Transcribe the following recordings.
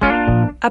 A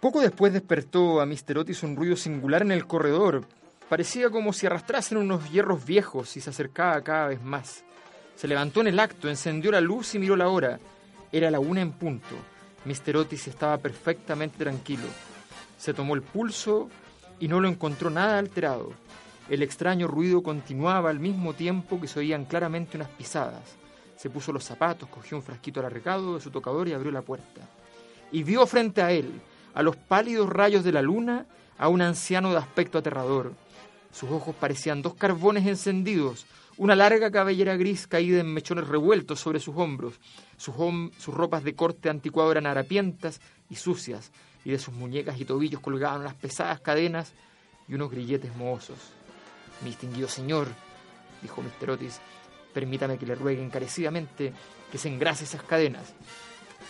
Poco después despertó a Mr. Otis un ruido singular en el corredor. Parecía como si arrastrasen unos hierros viejos y se acercaba cada vez más. Se levantó en el acto, encendió la luz y miró la hora. Era la una en punto. Mr. Otis estaba perfectamente tranquilo. Se tomó el pulso y no lo encontró nada alterado. El extraño ruido continuaba al mismo tiempo que se oían claramente unas pisadas. Se puso los zapatos, cogió un frasquito alargado de su tocador y abrió la puerta. Y vio frente a él, a los pálidos rayos de la luna a un anciano de aspecto aterrador. Sus ojos parecían dos carbones encendidos, una larga cabellera gris caída en mechones revueltos sobre sus hombros. Sus, hom sus ropas de corte anticuado eran harapientas y sucias, y de sus muñecas y tobillos colgaban las pesadas cadenas y unos grilletes mohosos. Mi distinguido señor, dijo Mr. Otis, permítame que le ruegue encarecidamente que se engrase esas cadenas.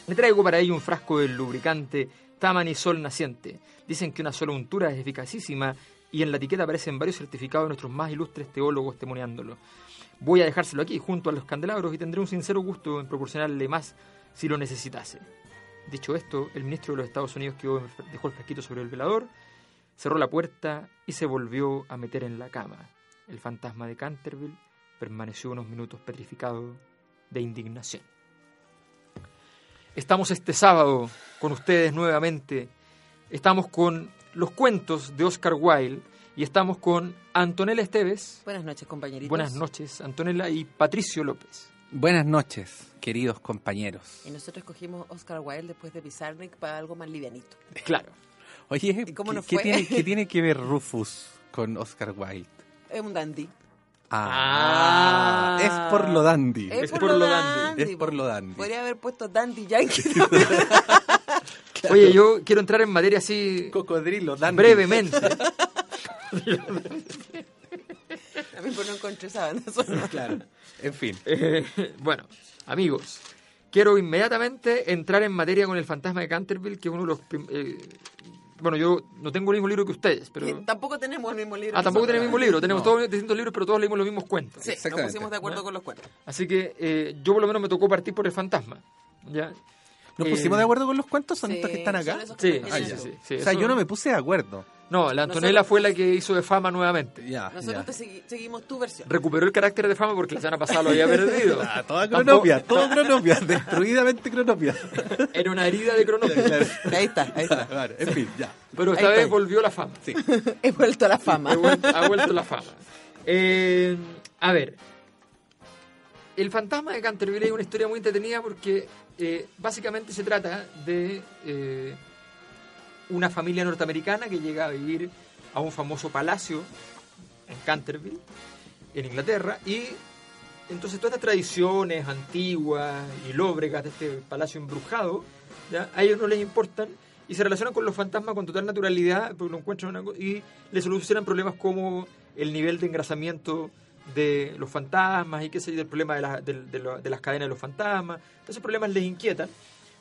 Le traigo para ello un frasco del lubricante Taman y Sol Naciente. Dicen que una sola untura es eficacísima y en la etiqueta aparecen varios certificados de nuestros más ilustres teólogos testimoniándolo. Voy a dejárselo aquí junto a los candelabros y tendré un sincero gusto en proporcionarle más si lo necesitase. Dicho esto, el ministro de los Estados Unidos quedó, dejó el frasquito sobre el velador, cerró la puerta y se volvió a meter en la cama. El fantasma de Canterville permaneció unos minutos petrificado de indignación. Estamos este sábado con ustedes nuevamente. Estamos con los cuentos de Oscar Wilde y estamos con Antonella Esteves. Buenas noches, compañeritos. Buenas noches, Antonella y Patricio López. Buenas noches, queridos compañeros. Y nosotros cogimos Oscar Wilde después de Pizarnik para algo más livianito. Claro. Oye, ¿Y cómo ¿qué- nos ¿qué, fue? tiene, qué tiene que ver Rufus con Oscar Wilde? Es un dandy. Ah. es por lo dandy. Es, Es por, por lo lo dandy. dandy. Es por lo dandy. Podría haber puesto dandy yankee también. Oye, yo quiero entrar en materia así Cocodrilo, dandy. brevemente. A mí pues, no encontré esa banda sonora. Claro. En fin. Eh, bueno, amigos, quiero inmediatamente entrar en materia con el fantasma de Canterville, que es uno de los... prim- eh, bueno, yo no tengo el mismo libro que ustedes, Eh, pero... Tampoco tenemos el mismo libro. Ah, nosotros. tampoco tenemos el mismo libro. Tenemos todos distintos libros, pero todos leímos los mismos cuentos. Sí, nos Exactamente. pusimos de acuerdo con los cuentos. Así que eh, yo por lo menos me tocó partir por el fantasma. ¿ya? ¿Nos Eh, pusimos de acuerdo con los cuentos? ¿Son Sí, estos que están son acá? esos que Sí, están Ah, sí, en sí, el- sí, sí, o sea, eso- yo no me puse de acuerdo. No, la Antonella Nosotros- fue la que hizo de fama nuevamente. Ah, Ya. Nosotros te ya. segui- seguimos tu versión. Recuperó el carácter de fama porque la semana pasada lo había perdido. Ah, toda Tampoco- cronopia, todo cronopia, destruidamente cronopia. Era una herida de cronopia. Claro. Ahí está, ahí está. Vale, en fin, ya. Pero esta Ahí vez estoy. volvió la fama. He vuelto a la fama. Ha vuelto, ha vuelto la fama. Eh, a ver. El fantasma de Canterbury es una historia muy entretenida porque eh, básicamente se trata de eh, una familia norteamericana que llega a vivir a un famoso palacio en Canterbury, en Inglaterra, y entonces todas estas tradiciones antiguas y lóbregas de este palacio embrujado, ¿ya? a ellos no les importan y se relacionan con los fantasmas con total naturalidad porque lo encuentran una co- y les solucionan problemas como el nivel de engrasamiento de los fantasmas y qué sé yo, el problema de, la- de- de lo- de las cadenas de los fantasmas. Esos problemas les inquietan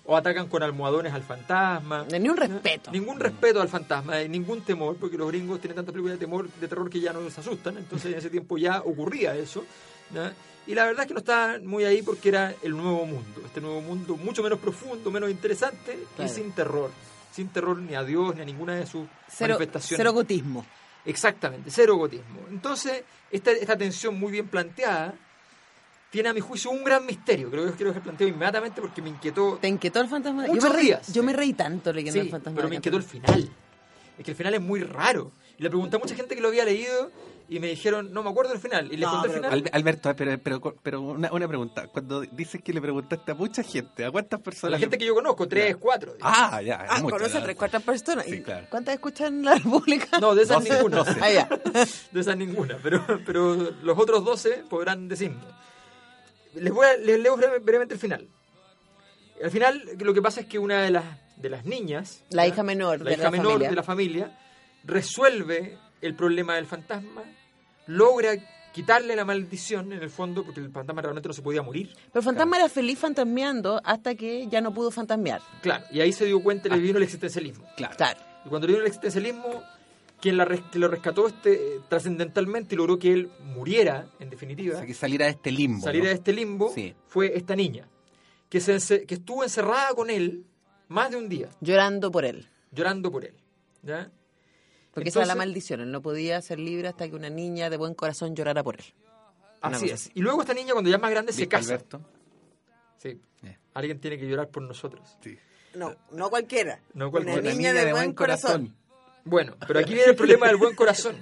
o atacan con almohadones al fantasma. Ni un respeto. Ningún respeto al fantasma, eh, ningún temor, porque los gringos tienen tantas películas de temor, de terror que ya no se asustan, entonces en ese tiempo ya ocurría eso. ¿no? Y la verdad es que no estaban muy ahí porque era el nuevo mundo, este nuevo mundo mucho menos profundo, menos interesante Claro. y sin terror. Sin terror ni a Dios ni a ninguna de sus Cero, manifestaciones. cero gotismo. Exactamente, cero gotismo. Entonces, esta, esta tensión muy bien planteada tiene a mi juicio un gran misterio, creo que os quiero dejar planteado inmediatamente porque me inquietó ¿Te inquietó el fantasma? yo Muchos me reí, días. Yo me reí tanto leyendo Sí, el fantasma. pero de me Canterville. inquietó el final. Es que el final es muy raro. Y le pregunté a mucha gente que lo había leído y me dijeron, no me acuerdo el final. Y les No, conté el pero- final. Al- Alberto, pero, pero, pero una, una pregunta. Cuando dices que le preguntaste a mucha gente, ¿a cuántas La personas? gente que yo conozco, tres, Ya. cuatro. Ah, ya. es Ah, mucho, conoce a ya. tres cuartas personas. Sí, ¿Y claro. ¿Cuántas escuchan la República? No, de esas Doce, ninguna. doce. Ah, ya. De esas ninguna, pero, pero los otros 12 podrán decirme. Les, voy a- les leo breve- brevemente el final. Al final, lo que pasa es que una de las, de las niñas, La ¿ya? hija menor la de hija la menor familia. de la familia, resuelve el problema del fantasma, logra quitarle la maldición en el fondo, porque el fantasma realmente no se podía morir. Pero el fantasma era feliz fantasmeando hasta que ya no pudo fantasmear. Claro, y ahí se dio cuenta, Ah. le vino el existencialismo. Claro. Claro. Y cuando le vino el existencialismo, quien la res- que lo rescató este, eh, trascendentalmente y logró que él muriera, en definitiva, O sea, que salir a este limbo. salir ¿no? de este limbo Sí. fue esta niña, que, se ence- que estuvo encerrada con él más de un día, Llorando por él. llorando por él. ¿ya? Porque esa era la Entonces- maldición. Él no podía ser libre hasta que una niña de buen corazón llorara por él. Una Así cosa es. Y luego esta niña, cuando ya es más grande, se Bien, casa. Alberto. Sí. Ya. Alguien tiene que llorar por nosotros. Sí. No, no cualquiera. No cualquiera. Una Una niña de buen corazón. Bueno, pero aquí viene el problema del buen corazón.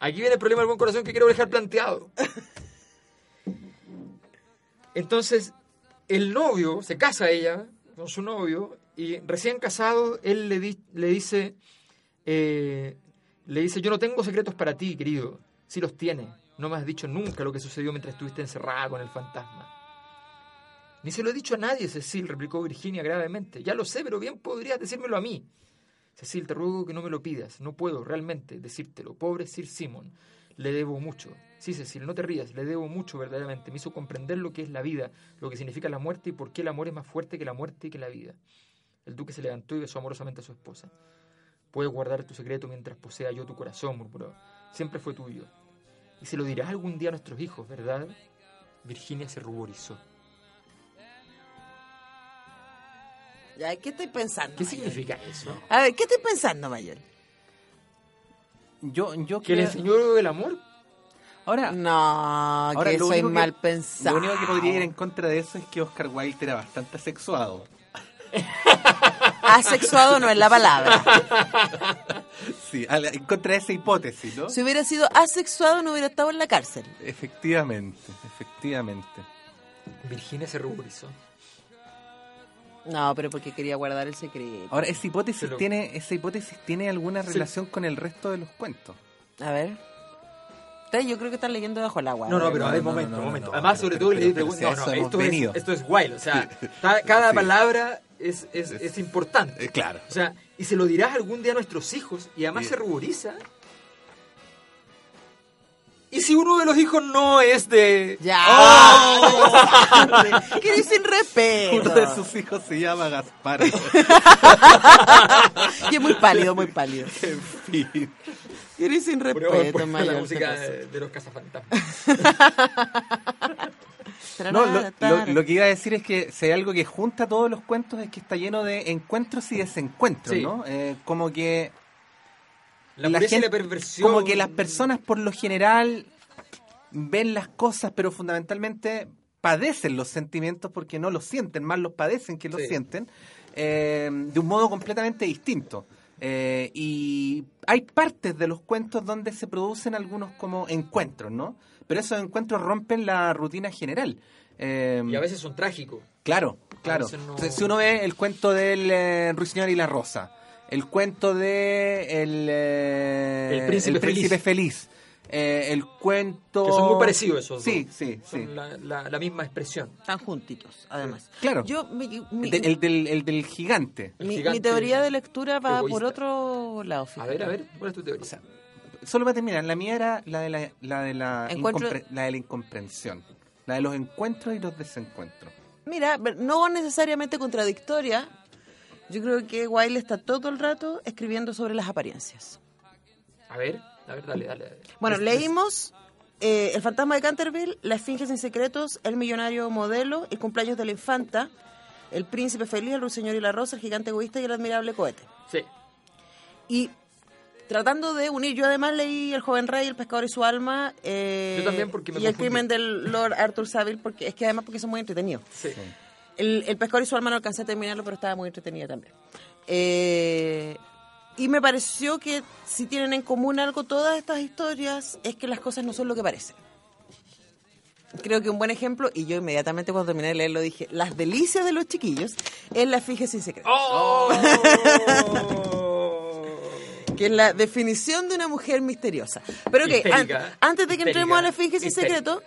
Aquí viene el problema del buen corazón que quiero dejar planteado. Entonces, el novio, se casa ella con su novio, y recién casado, él le, di- le dice, eh, le dice, yo no tengo secretos para ti, querido. Si los tiene. No me has dicho nunca lo que sucedió mientras estuviste encerrada con el fantasma. Ni se lo he dicho a nadie, Cecil, replicó Virginia gravemente. Ya lo sé, pero bien podrías decírmelo a mí. Cecil, te ruego que no me lo pidas. No puedo realmente decírtelo. Pobre Sir Simon, le debo mucho. Sí, Cecil, no te rías, le debo mucho verdaderamente. Me hizo comprender lo que es la vida, lo que significa la muerte y por qué el amor es más fuerte que la muerte y que la vida. El duque se levantó y besó amorosamente a su esposa. Puedes guardar tu secreto mientras posea yo tu corazón, murmuró. Siempre fue tuyo. Y se lo dirás algún día a nuestros hijos, ¿verdad? Virginia se ruborizó. Ya, ¿qué estoy pensando? ¿Qué Mayol? significa eso? A ver, ¿qué estoy pensando, Mayol? Yo, yo ¿Que le creo- enseñó el amor? Ahora, No, Ahora, que lo soy único que- mal pensado. Lo único que podría ir en contra de eso es que Oscar Wilde era bastante sexuado. Asexuado no es la palabra. Sí, a la- en contra de esa hipótesis, ¿no? Si hubiera sido asexuado no hubiera estado en la cárcel. Efectivamente, efectivamente. Virginia se ruborizó. No, pero porque quería guardar el secreto. Ahora, esa hipótesis Pero- tiene esa hipótesis tiene alguna Sí. relación con el resto de los cuentos. A ver. Ustedes Yo creo que están leyendo bajo el agua. No, no, pero a ver, Eh, no, no, momento, no, no, momento. no, Además, pero- sobre pero- todo pero- le pero pregunto, si a no, eso no, hemos esto es, venido. esto es wild, o sea, ta- cada Sí. palabra es, es, Es- es importante. Eh, claro. O sea, y se lo dirás algún día a nuestros hijos, y además Sí. se ruboriza. Y si uno de los hijos no es de... ¡Oh! Ya. ¡Qué dicen Uno de respeto! sus hijos se llama Gaspar. Y es muy pálido, muy pálido. en fin. Qué dicen Por favor, respeto, ponga Mayol. la te música pasas. de, de los cazafantasmas. No, lo, lo- lo que iba a decir es que si hay algo que junta todos los cuentos es que está lleno de encuentros y desencuentros, Sí. ¿no? Eh, como que La, La pureza y gente- la perversión... Como que las personas por lo general ven las cosas, pero fundamentalmente padecen los sentimientos porque no los sienten, más los padecen que los Sí. sienten, eh, de un modo completamente distinto. Eh, y hay partes de los cuentos donde se producen algunos como encuentros, ¿no? Pero esos encuentros rompen la rutina general. Eh, Y a veces son trágicos. Claro, claro. veces no- Entonces, Si uno ve el cuento del eh, Ruiseñor y la Rosa, el cuento de el, eh, El Príncipe Príncipe Feliz, eh, el cuento... Que son muy parecidos esos Sí, dos. sí, Son sí. la- la- la misma expresión. Están juntitos, además. Claro. Yo, mi, mi- El, de- el del, el del gigante. mi- El mi gigante teoría de lectura va egoísta. por otro lado. A fíjate. ver, a ver, ¿cuál es tu teoría? O sea, Solo para terminar, la mía era la de la, la, de la, Encuentro- incompre- la de la incomprensión, la de los encuentros y los desencuentros. Mira, ver, no necesariamente contradictoria. Yo creo que Wilde está todo el rato escribiendo sobre las apariencias. A ver, a ver, dale, dale. dale. Bueno, Es- leímos eh, El fantasma de Canterville, La esfinge sin secretos, El millonario modelo, El cumpleaños de la infanta, El príncipe feliz, El ruiseñor y la rosa, El gigante egoísta y El admirable cohete. es- Sí. Y tratando de unir, yo además leí El joven rey, El pescador y su alma. eh, Yo también, porque me Y El confundí. crimen del Lord Arthur Saville, porque es que además porque son muy entretenidos. Sí. El, el pescador y su alma no alcancé a terminarlo, pero estaba muy entretenida también. Eh, Y me pareció que si tienen en común algo todas estas historias es que las cosas no son lo que parecen. Creo que un buen ejemplo, y yo inmediatamente cuando terminé de leerlo dije, las delicias de los chiquillos es la fije sin secreto. Oh. que es la definición de una mujer misteriosa. Pero que Histérica. antes de que Histérica. entremos a la finge sin Histérica. secreto,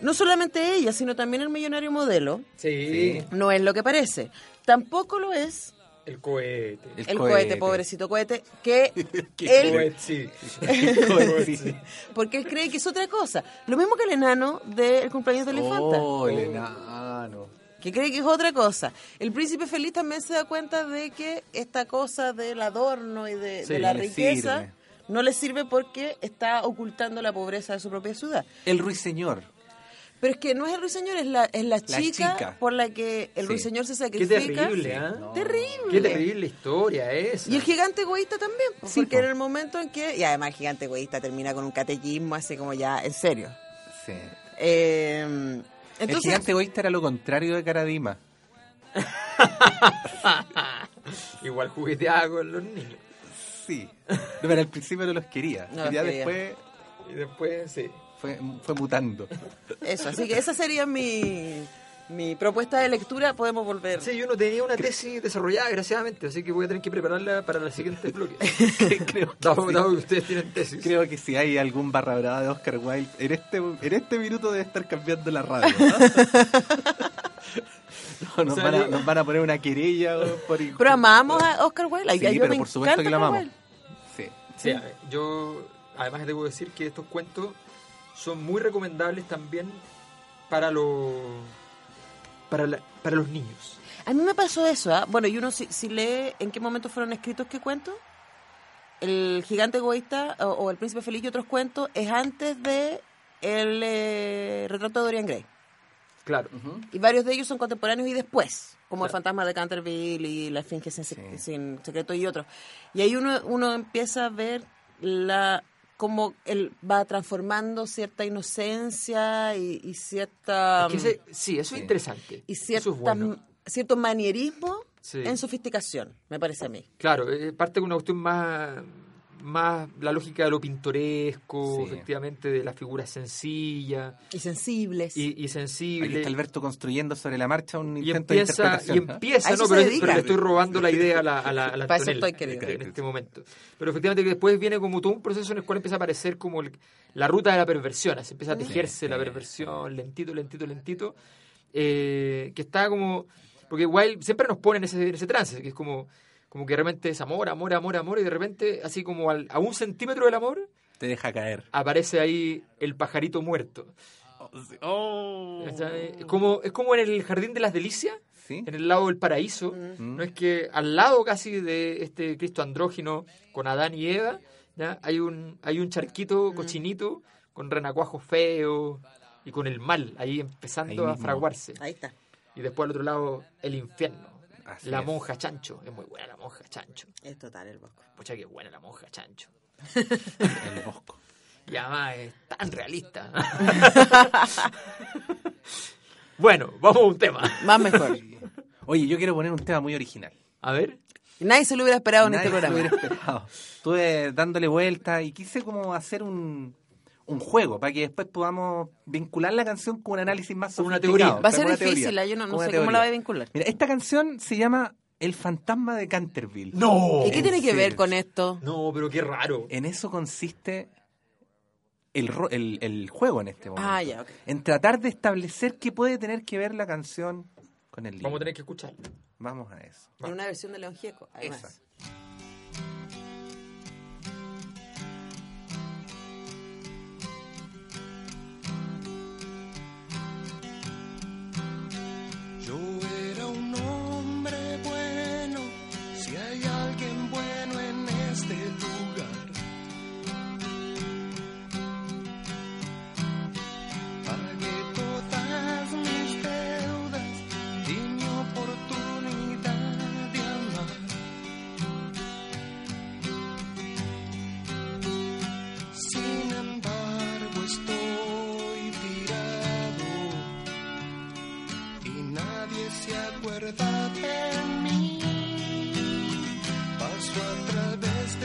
no solamente ella, sino también el millonario modelo, Sí. no es lo que parece. Tampoco lo es El cohete. el, cohete, pobrecito cohete, que Qué él, Cohete, sí. El cohete, sí. porque él cree que es otra cosa. Lo mismo que el enano del cumpleaños de la infanta. Oh, el enano. que cree que es otra cosa. El príncipe feliz también se da cuenta de que esta cosa del adorno y de, Sí, de la no le riqueza sirve. no le sirve porque está ocultando la pobreza de su propia ciudad. El ruiseñor. Pero es que no es el ruiseñor, es la, es la, chica, chica. por la que el Sí. ruiseñor se Qué sacrifica. terrible, ¿ah? No. Terrible. Qué terrible historia esa. Y el gigante egoísta también, pues, Sí, porque po. en el momento en que... Y además el gigante egoísta termina con un catequismo así como ya, en serio. Sí. Eh, El entonces, gigante egoísta era lo contrario de Caradima. Igual jugueteaba con los niños. Sí. No, pero al principio no los quería. No los y ya quería. después Y después, sí. fue, fue mutando. Eso, así que esa sería mi, mi propuesta de lectura. Podemos volver. Sí, yo no tenía una tesis desarrollada, desgraciadamente, así que voy a tener que prepararla para la siguiente bloque. Creo que Dado sí. dado que ustedes tienen tesis. Creo que si hay algún barra brava de Oscar Wilde, en este, en este minuto debe estar cambiando la radio. ¿no? No, nos, O sea, van a, yo- nos van a poner una querella o por Pero amamos a Oscar Wilde. Sí, Yo- yo pero me por supuesto encanta que la Oscar amamos. Wilde. Sí. Sí, a ver, yo además debo decir que estos cuentos son muy recomendables también para los para, la- para los niños. A mí me pasó eso. ¿ah? Bueno, y uno si, si lee en qué momento fueron escritos qué cuentos. El gigante egoísta o, o el príncipe feliz y otros cuentos es antes de el eh, retrato de Dorian Gray. Claro. Y varios de ellos son contemporáneos y después, como El fantasma de Canterville y La finge sin, sec- sin secreto y otros. Y ahí uno, uno empieza a ver la cómo él va transformando cierta inocencia y, y cierta... Es que ese- sí, eso Um, sí. es interesante. y eso cierta, es bueno. cierto manierismo Sí. en sofisticación, me parece a mí. Claro, eh, parte de una cuestión más, más la lógica de lo pintoresco, Sí. efectivamente, de las figuras sencillas Y sensibles. y, y Aquí está sensibles. Alberto construyendo sobre la marcha un y intento empieza, de y interpretación. ¿eh? empieza A eso no, pero, se es- dedica. pero le estoy robando la idea a la, a la, a la Para eso Antonella estoy, querido. en este momento. Pero efectivamente que después viene como todo un proceso en el cual empieza a aparecer como el- la ruta de la perversión, así empieza a tejerse Sí, la sí. perversión, lentito, lentito, lentito, eh, que está como, porque Wilde siempre nos pone en ese, en ese trance, que es como, como que realmente es amor, amor, amor, amor, y de repente así como al- a un centímetro del amor Te deja caer. aparece ahí el pajarito muerto. ¿Cachai? Es como, es como en el jardín de las delicias, ¿Sí? en el lado del paraíso, Mm. no es que al lado casi de este Cristo andrógino con Adán y Eva, ¿ya? hay un hay un charquito cochinito con renacuajos feos y con el mal ahí empezando Ahí a mismo. fraguarse. Ahí está. Y después al otro lado el infierno. Así la es. monja chancho, es muy buena la monja chancho. Es total el bosco. Pucha que buena la monja chancho. El bosco. Y además es tan realista. bueno, vamos a un tema. Más mejor. Oye, yo quiero poner un tema muy original. A ver. Nadie se lo hubiera esperado en Nadie este se lo programa. hubiera esperado. Estuve dándole vuelta y quise como hacer un, un juego para que después podamos vincular la canción con un análisis más Con una sofisticado, teoría. Va a ser con una difícil, teoría, ah, yo no- no con una sé cómo la voy a vincular. Mira, esta canción se llama El fantasma de Canterville. No. ¿Y qué tiene que Sí. ver con esto? No, pero qué raro. En eso consiste el, ro- el, el juego en este momento. Ah, ya, ok. En tratar de establecer qué puede tener que ver la canción con el libro. Vamos a tener que escucharlo. Vamos a eso. En una versión de León Gieco, además. Ah. Esa. Yo era un hombre bueno, si hay alguien bueno en este lugar. Pagué todas mis deudas, di mi oportunidad de amar. Sin embargo, estoy tirado y nadie se acuerda de mí. Paso a través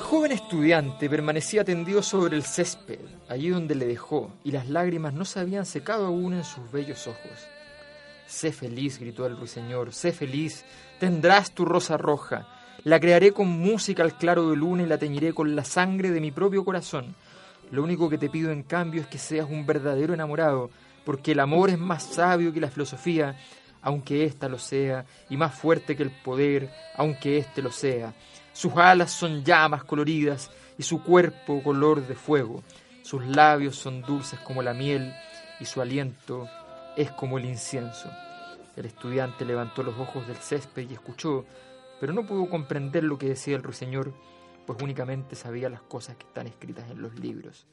joven estudiante permanecía tendido sobre el césped, allí donde le dejó, y las lágrimas no se habían secado aún en sus bellos ojos. Sé feliz, gritó el ruiseñor, sé feliz, tendrás tu rosa roja, la crearé con música al claro de luna y la teñiré con la sangre de mi propio corazón. Lo único que te pido en cambio es que seas un verdadero enamorado, porque el amor es más sabio que la filosofía, aunque ésta lo sea, y más fuerte que el poder, aunque éste lo sea. Sus alas son llamas coloridas y su cuerpo color de fuego. Sus labios son dulces como la miel y su aliento es como el incienso. El estudiante levantó los ojos del césped y escuchó, pero no pudo comprender lo que decía el ruiseñor, pues únicamente sabía las cosas que están escritas en los libros.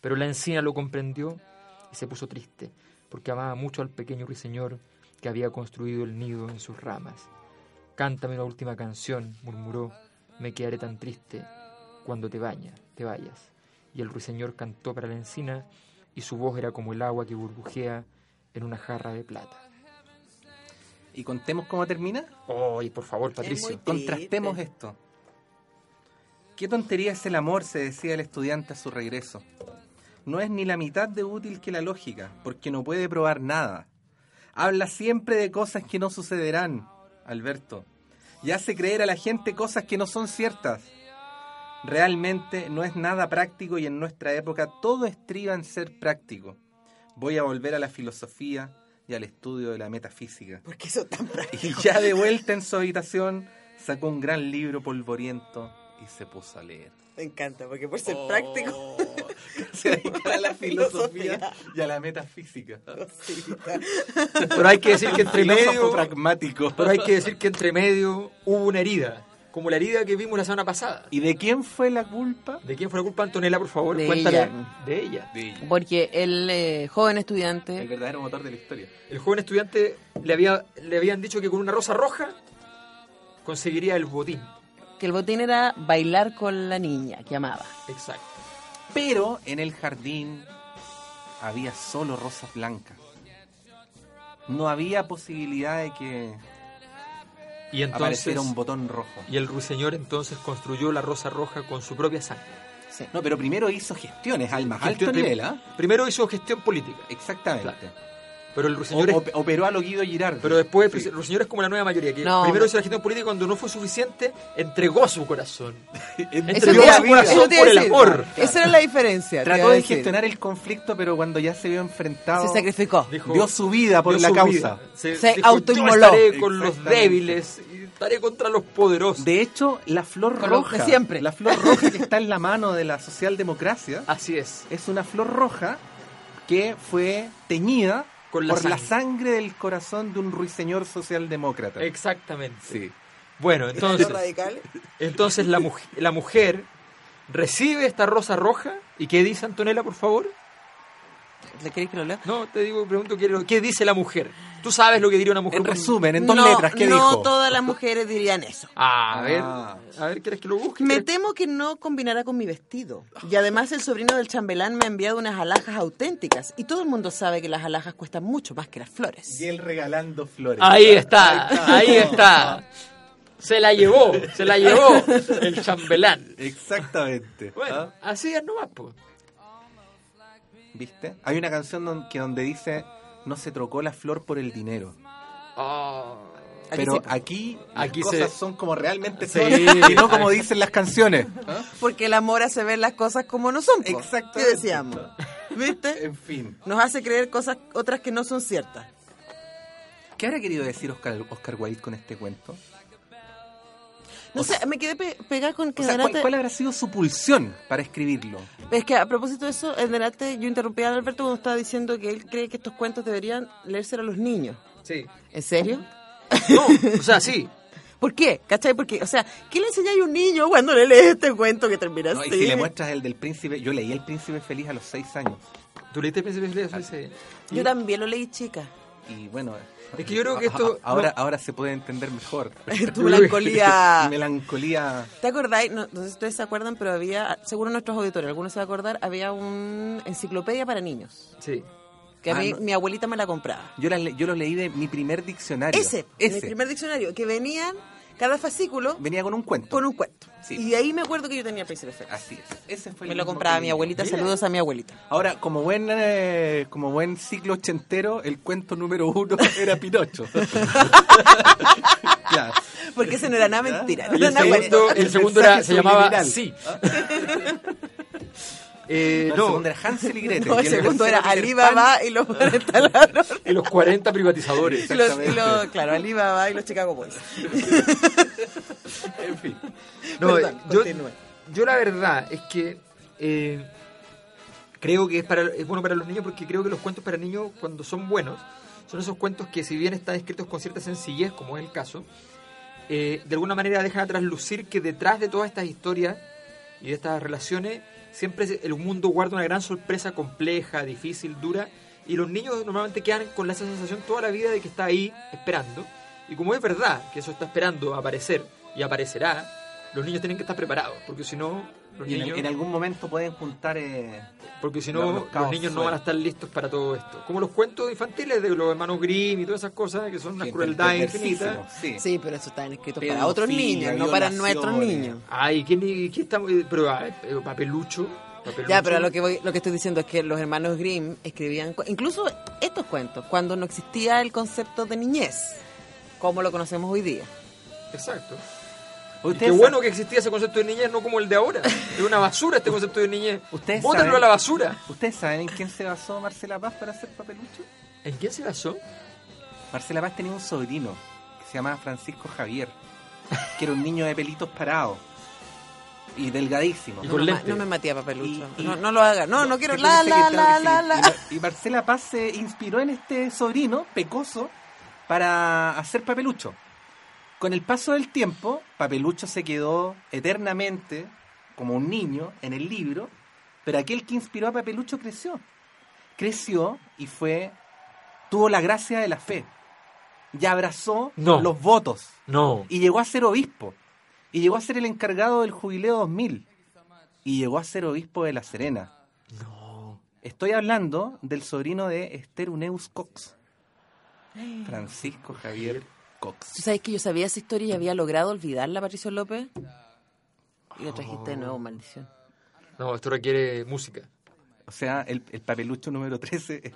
Pero la encina lo comprendió y se puso triste, porque amaba mucho al pequeño ruiseñor que había construido el nido en sus ramas. Cántame la última canción, murmuró, me quedaré tan triste cuando te baña, te vayas. Y el ruiseñor cantó para la encina y su voz era como el agua que burbujea en una jarra de plata. Y contemos cómo termina. Oh, y por favor, Patricio. muy- Contrastemos esto. Qué tontería es el amor, se decía el estudiante a su regreso. No es ni la mitad de útil que la lógica, porque no puede probar nada. Habla siempre de cosas que no sucederán, Alberto, y hace creer a la gente cosas que no son ciertas. Realmente no es nada práctico y en nuestra época todo estriba en ser práctico. Voy a volver a la filosofía y al estudio de la metafísica. Porque eso tan Y ya de vuelta en su habitación, sacó un gran libro polvoriento y se puso a leer. Me encanta, porque por Oh. ser práctico. Se dedica a la filosofía Filosofía. y a la metafísica. Pero hay que decir que entre Filósofo medio, pragmático. pero hay que decir que entre medio hubo una herida, como la herida que vimos la semana pasada. ¿Y de quién fue la culpa? ¿De quién fue la culpa, Antonella, por favor? De Cuéntale. ella. De ella. De ella. Porque el eh, joven El estudiante verdadero motor de la historia. El joven estudiante le, había, le habían dicho que con una rosa roja conseguiría el botín. que el botín era bailar con la niña que amaba. Exacto. Pero en el jardín había solo rosas blancas. No había posibilidad de que Y entonces apareciera un botón rojo. y el ruiseñor entonces construyó la rosa roja con su propia sangre. Sí. No, pero primero hizo gestiones al más alto Gestión- nivel, ¿ah? Primero hizo gestión política, Exactamente. Claro. pero el O- ruiseñor es- op- operó a lo Guido Girardi. Pero después, Sí. el ruiseñor es como la nueva mayoría, que No, primero no. hizo la gestión política y cuando no fue suficiente, entregó su corazón. Eso Entregó te iba- su corazón eso te iba por a el decir. amor. Esa era la diferencia. te iba Trató a de decir. gestionar el conflicto, pero cuando ya se vio enfrentado, Se sacrificó. Dijo- dio su vida Ah, por dio la su causa. vida. Se, Se dijo, autoinmoló. "Yo estaré con los Exactamente. débiles, y estaré contra los poderosos. De hecho, la flor Con lo roja, de siempre. la flor roja que está en la mano de la socialdemocracia, Así es. es una flor roja que fue teñida Con la por la sangre del corazón de un ruiseñor socialdemócrata. Exactamente. Sí. Bueno, entonces, entonces la, muj- la mujer recibe esta rosa roja. ¿Y qué dice Antonella, por favor? ¿Le queréis que lo lea? No, te digo, pregunto qué, qué dice la mujer. Tú sabes lo que diría una mujer. En con- resumen, en dos no, letras, ¿qué no dijo? todas las mujeres dirían eso. Ah, a ver, Ah. a ver, ¿quieres que lo busque? Me ¿Quieres- temo que no combinará con mi vestido. Y además el sobrino del chambelán me ha enviado unas alhajas auténticas. Y todo el mundo sabe que las alhajas cuestan mucho más que las flores. Y él regalando flores. Ahí está, ahí está. Se la llevó, se la llevó el chambelán. Exactamente. Bueno, así es nomás, po. ¿Ah? ¿Viste? Hay una canción don- que donde dice no se trocó la flor por el dinero. Ah, Pero sí, pues. po. aquí, Aquí las cosas se- son como realmente Sí. son y no como dicen las canciones. Porque el amor hace ver las cosas como no son. po. Exactamente. ¿Qué decíamos? ¿Viste? En fin. Nos hace creer cosas, otras que no son ciertas. ¿Qué habrá querido decir Oscar, Oscar Wilde con este cuento? No sé, me quedé pe- pegada con que O sea, ¿cuál, Zarate- cuál habrá sido su pulsión para escribirlo? Es que a propósito de eso, en delante yo interrumpí a Alberto cuando estaba diciendo que él cree que estos cuentos deberían leerse a los niños. sí. ¿En serio? No, o sea, sí. ¿Por qué? ¿Cachai? Porque, o sea, ¿qué le enseñáis a un niño cuando le lees este cuento que termina No, así? y si le muestras el del príncipe, yo leí El príncipe feliz a los seis años. ¿Tú leíste Príncipe Feliz? Sí, sí. Yo también lo leí chica. Y bueno, Es que yo creo que esto- a- a- ahora, no. ahora se puede entender mejor. tu melancolía. Melancolía. ¿Te acordáis? No, no sé si ustedes se acuerdan, pero había, seguro nuestros auditores, algunos se van a acordar, había una enciclopedia para niños. Sí. Que a Ah, mí no. mi abuelita me la compraba. Yo, las le- yo los leí de mi primer diccionario. Ese, Ese. mi primer diccionario, que venían Cada fascículo Venía con un cuento. con un cuento. Sí. Y de ahí me acuerdo que yo tenía Príncipe Feliz. Así es. Ese fue el Me lo mismo compraba que mi yo. abuelita. Mira. Saludos a mi abuelita. Ahora, como buen, eh, como buen ciclo ochentero, el cuento número uno era Pinocho. claro. Porque eso no era nada mentira. no Y era el nada segundo, cuento. el segundo era, mensaje se llamaba subliminal. Sí. Eh, El no, segundo era Hansel y Gretel. No, el y segundo era tercero Peter Pan. Alibaba y los talaron. y los 40 privatizadores. Y los, y Exactamente. los- claro, Alibaba y los Chicago Boys. En fin. No, Perdón, eh, yo, continúe. yo la verdad es que eh, creo que es, para, es bueno para los niños porque creo que los cuentos para niños cuando son buenos son esos cuentos que si bien están escritos con cierta sencillez, como es el caso, eh, de alguna manera dejan traslucir que detrás de todas estas historias y de estas relaciones siempre se- el mundo guarda una gran sorpresa compleja, difícil, dura y los niños normalmente quedan con esa sensación toda la vida de que está ahí esperando y como es verdad que eso está esperando aparecer y aparecerá, los niños tienen que estar preparados porque si no los Y en, niños en algún momento pueden juntar. eh, porque si Los no, los, caos niños no suelen. van a estar listos para todo esto. Como los cuentos infantiles de los hermanos Grimm y todas esas cosas, que son una gente crueldad perversísimo, infinita. Sí. Sí, pero eso está escrito para Pedofilia, otros niños, no para violaciones. nuestros niños. Ay, ¿quién, ¿quién está? eh, Pero, a ver, eh, papelucho. papelucho. Ya, pero lo que voy, lo que estoy diciendo es que los hermanos Grimm escribían cu- incluso estos cuentos cuando no existía el concepto de niñez, como lo conocemos hoy día. Exacto. Y Ustedes qué sa- bueno que existía ese concepto de niñez, no como el de ahora. Es una basura este concepto de niñez. Ustedes Bótenlo saben- a la basura. ¿Ustedes saben en quién se basó Marcela Paz para hacer papelucho? ¿En quién se basó? Marcela Paz tenía un sobrino que se llamaba Francisco Javier, que era un niño de pelitos parados y delgadísimo. Y No, con me, ma- lentes. no me maté a papelucho. Y- y- no, no lo haga. No, no quiero. te La, dice que este la, claro la, que la, sí. la. Y Mar- Y Marcela Paz se inspiró en este sobrino pecoso para hacer papelucho. Con el paso del tiempo, papelucho se quedó eternamente como un niño en el libro, pero aquel que inspiró a papelucho creció. Creció y fue tuvo la gracia de la fe. Y abrazó No. los votos No. y llegó a ser obispo. Y llegó a ser el encargado del jubileo 2000. Y llegó a ser obispo de La Serena. No. Estoy hablando del sobrino de Esther Uneus Cox. Francisco Javier ¿Tú Cox. sabes que yo sabía esa historia y había logrado olvidarla, Patricio López? Y la trajiste de nuevo, maldición. No, esto requiere música. O sea, el, el papelucho número 13 es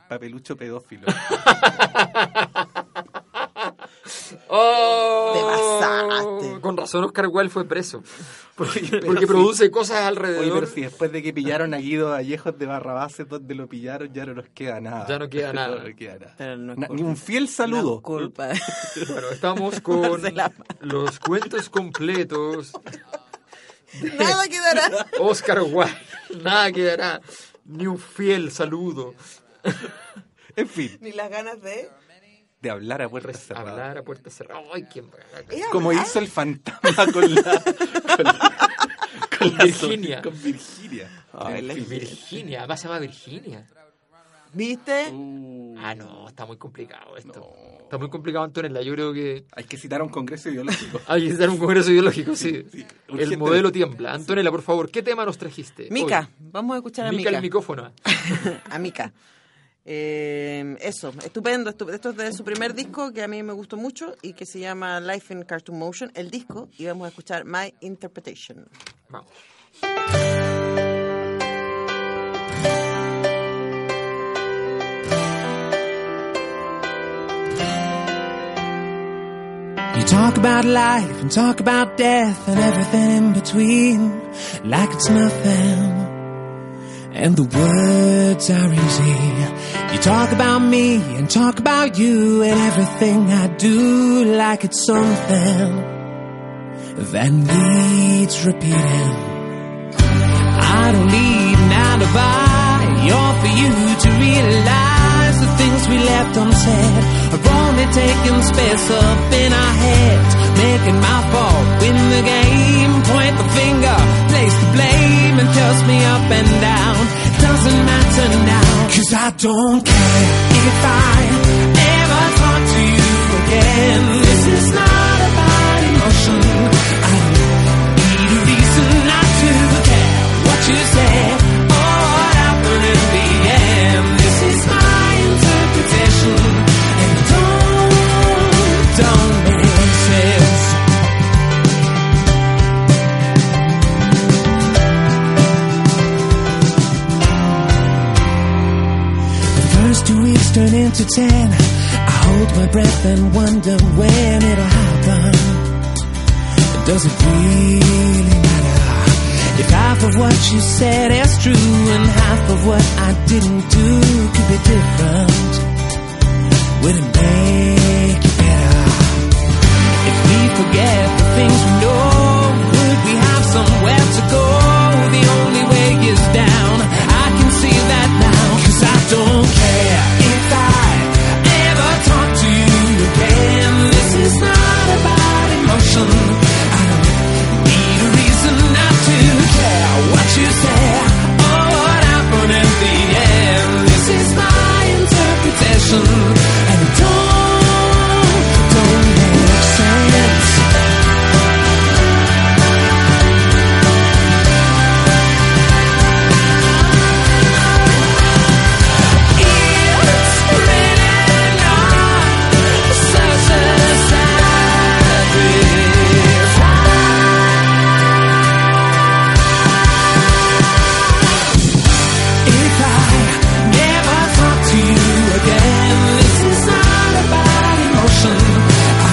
papelucho pedófilo. ¡Oh! Te pasaste. Con razón Oscar Wilde fue preso. Porque, porque sí. produce cosas Oye, alrededor. pero si después de que pillaron a Guido Vallejos de Barrabases, donde lo pillaron, ya no nos queda nada. Ya no queda nada. No queda nada. Pero no es Na- culpa. Ni un fiel No saludo. es culpa. Bueno, estamos con Marcela Paz. los cuentos completos. Nada quedará. Oscar Wilde, nada quedará. Ni un fiel saludo. en fin, Ni las ganas de. de hablar a puertas Res- cerradas. Hablar a puerta cerrada. Ay, quién va a- ¿Es Como hablar? hizo el fantasma con la. Con, la- con Con la- Virginia. Con Virginia. Ay, la- Virginia, además se llama Virginia. ¿Viste? Ah, no, está muy complicado esto. Está muy complicado, Antonella. Yo creo que Hay que citar a un congreso ideológico. hay que hacer un congreso ideológico, sí. El urgente. modelo tiembla. Antonella, por favor, ¿qué tema nos trajiste? Mica, vamos a escuchar a Mica, Mica. el micrófono. a Mica. Eh, eso, estupendo, estu- Esto es de su primer disco que a mí me gustó mucho y que se llama Life in Cartoon Motion, el disco, y vamos a escuchar My Interpretation. Vamos. You talk about life and talk about death and everything in between like it's nothing. And the words are easy. You talk about me and talk about you and everything I do like it's something that needs repeating. I don't need an alibi. You're for you to realize the things we left unsaid are only taking space up in our heads, making my fault win the game. Point the finger, place the blame, and curse me up and down. Doesn't matter now, cause I don't care if I ever talk to you again. This is not about emotion. I don't need a reason not to care what you say or what happened in the end. This is my interpretation, and it don't, don't make sense. turn into ten. I hold my breath and wonder when it'll happen. Does it really matter if half of what you said is true and half of what I didn't do could be different? Would it make it better if we forget the things we know? Would we have somewhere to go? The only way is down. I can see that now, cause I don't care if I ever talk to you again. This is not about emotion. I don't need a reason not to care what you say or what happened at the end. This is my interpretation, and it don't, don't make sense. It's really not such a sad relief. If I never talk to you again, this is not about emotion. I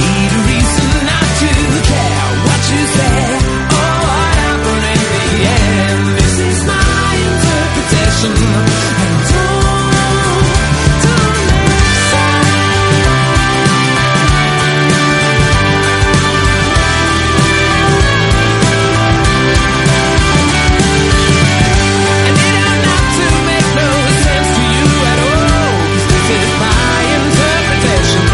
need a reason not to care what you say or what happened in the end. This is my interpretation. And don't, don't make sense. And it ought not to make no sense to you at all. 'Cause this is my interpretation.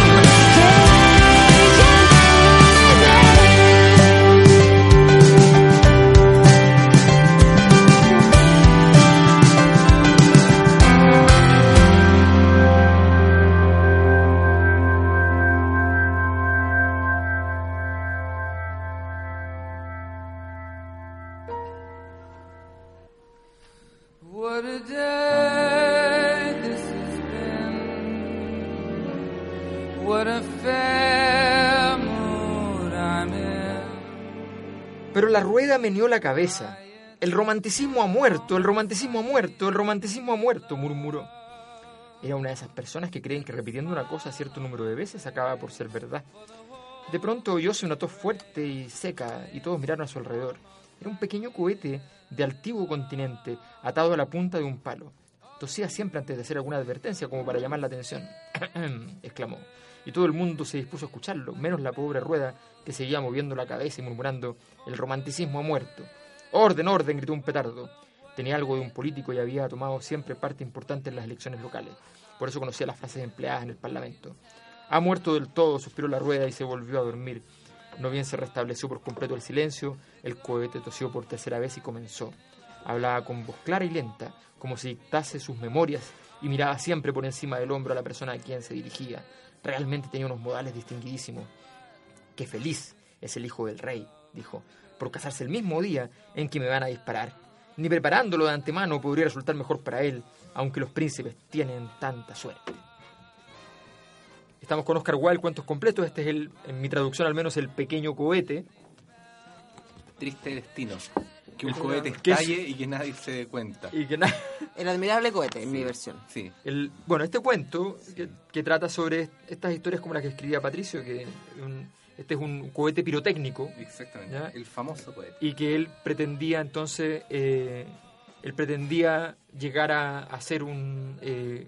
What a day this has been. What a fair mood I'm in. Pero la rueda meneó la cabeza. El romanticismo ha muerto, el romanticismo ha muerto, el romanticismo ha muerto, murmuró. Era una de esas personas que creen que repitiendo una cosa cierto número de veces acaba por ser verdad. De pronto oyóse una tos fuerte y seca y todos miraron a su alrededor. Era un pequeño cohete de altivo continente atado a la punta de un palo. Tosía siempre antes de hacer alguna advertencia como para llamar la atención. exclamó. Y todo el mundo se dispuso a escucharlo, menos la pobre rueda que seguía moviendo la cabeza y murmurando el romanticismo ha muerto. Orden, orden, gritó un petardo. Tenía algo de un político y había tomado siempre parte importante en las elecciones locales. Por eso conocía las frases empleadas en el Parlamento. Ha muerto del todo, suspiró la rueda y se volvió a dormir. No bien se restableció por completo el silencio, el cohete tosió por tercera vez y comenzó. Hablaba con voz clara y lenta, como si dictase sus memorias y miraba siempre por encima del hombro a la persona a quien se dirigía. Realmente tenía unos modales distinguidísimos. Qué feliz es el hijo del rey, dijo, por casarse el mismo día en que me van a disparar. Ni preparándolo de antemano podría resultar mejor para él, aunque los príncipes tienen tanta suerte. Estamos con Oscar Wilde, cuentos completos. Este es el, en mi traducción al menos, el pequeño cohete. Triste destino. Que un El- cohete que es- estalle y que nadie se dé cuenta. Y que na- El admirable cohete, en mi versión. Sí. el- bueno, este cuento que, que trata sobre estas historias como las que escribía Patricio, que un- este es un cohete pirotécnico Exactamente. Ya. El famoso cohete. y que él pretendía entonces, eh, él pretendía llegar a, a ser un... eh,